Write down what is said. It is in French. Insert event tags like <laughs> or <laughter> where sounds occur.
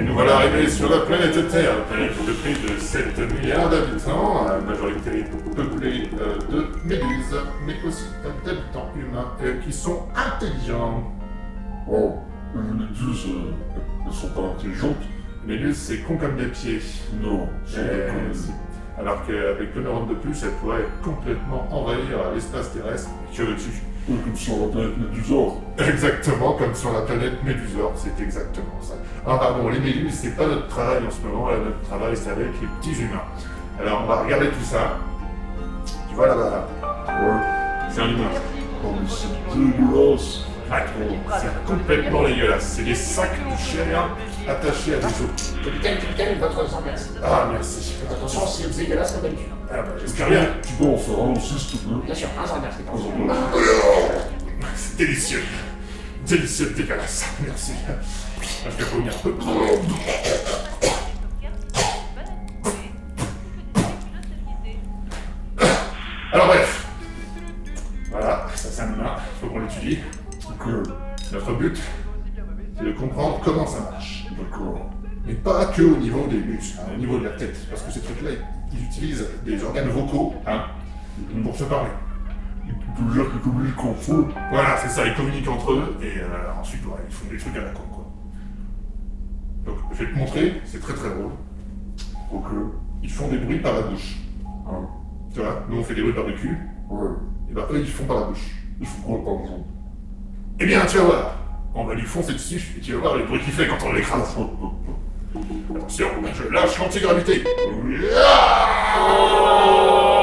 installés sur la planète Terre. planète de plus de 7 Milliards milliards d'habitants, la euh, majorité peuplés euh, de méduses, mais aussi d'habitants humains euh, qui sont intelligents. Oh, les méduses, euh, elles sont pas intelligentes Méduse, c'est con comme des pieds. Non, c'est Euh, des si. conneries. Alors qu'avec deux neurones de plus, elle pourrait complètement envahir l'espace terrestre. Que veux-tu Oui, comme sur la planète Médusor. <laughs> Exactement comme sur la planète Médusor, c'est exactement ça. Ah pardon, les méduses, c'est pas notre travail en ce moment, là, notre travail c'est avec les petits humains. Alors on va regarder tout ça. Tu vois là-bas, là. Ouais, c'est un humain. non mais c'est dégueulasse. Ouais, c'est complètement dégueulasse, c'est des sacs de chair attachés à des os. Capitaine, capitaine, votre sang, merci. Ah merci. Attention, si vous dégueulasse comme d'habitude. Ah, bah, J'espère bien. Tu peux en faire un aussi, s'il te plaît Bien sûr, un sang, merci. C'est délicieux. Délicieux, dégueulasse. Merci. Je vais vomir un peu. Alors bref. Voilà, ça c'est un humain, faut qu'on l'étudie. Ok, Notre but, c'est de comprendre comment ça marche. d'accord. Mais pas que au niveau des muscles, hein, au niveau de la tête. Parce que ces trucs-là, ils utilisent des organes vocaux hein, pour se parler. Tu veux dire qu'ils communiquent entre eux Voilà, c'est ça, ils communiquent entre eux et euh, ensuite ouais, ils font des trucs à la con quoi. Donc je vais te montrer, c'est très très drôle. Ok, Ils font des bruits par la bouche. hein, Tu vois, nous on fait des bruits par le cul, ouais. et ben eux ils font par la bouche. Ils font quoi, par exemple Eh bien tu vas voir, on va lui foncer dessus et tu vas voir le bruit qu'il fait quand on l'écrase. Attention, je lâche l'antigravité. Ah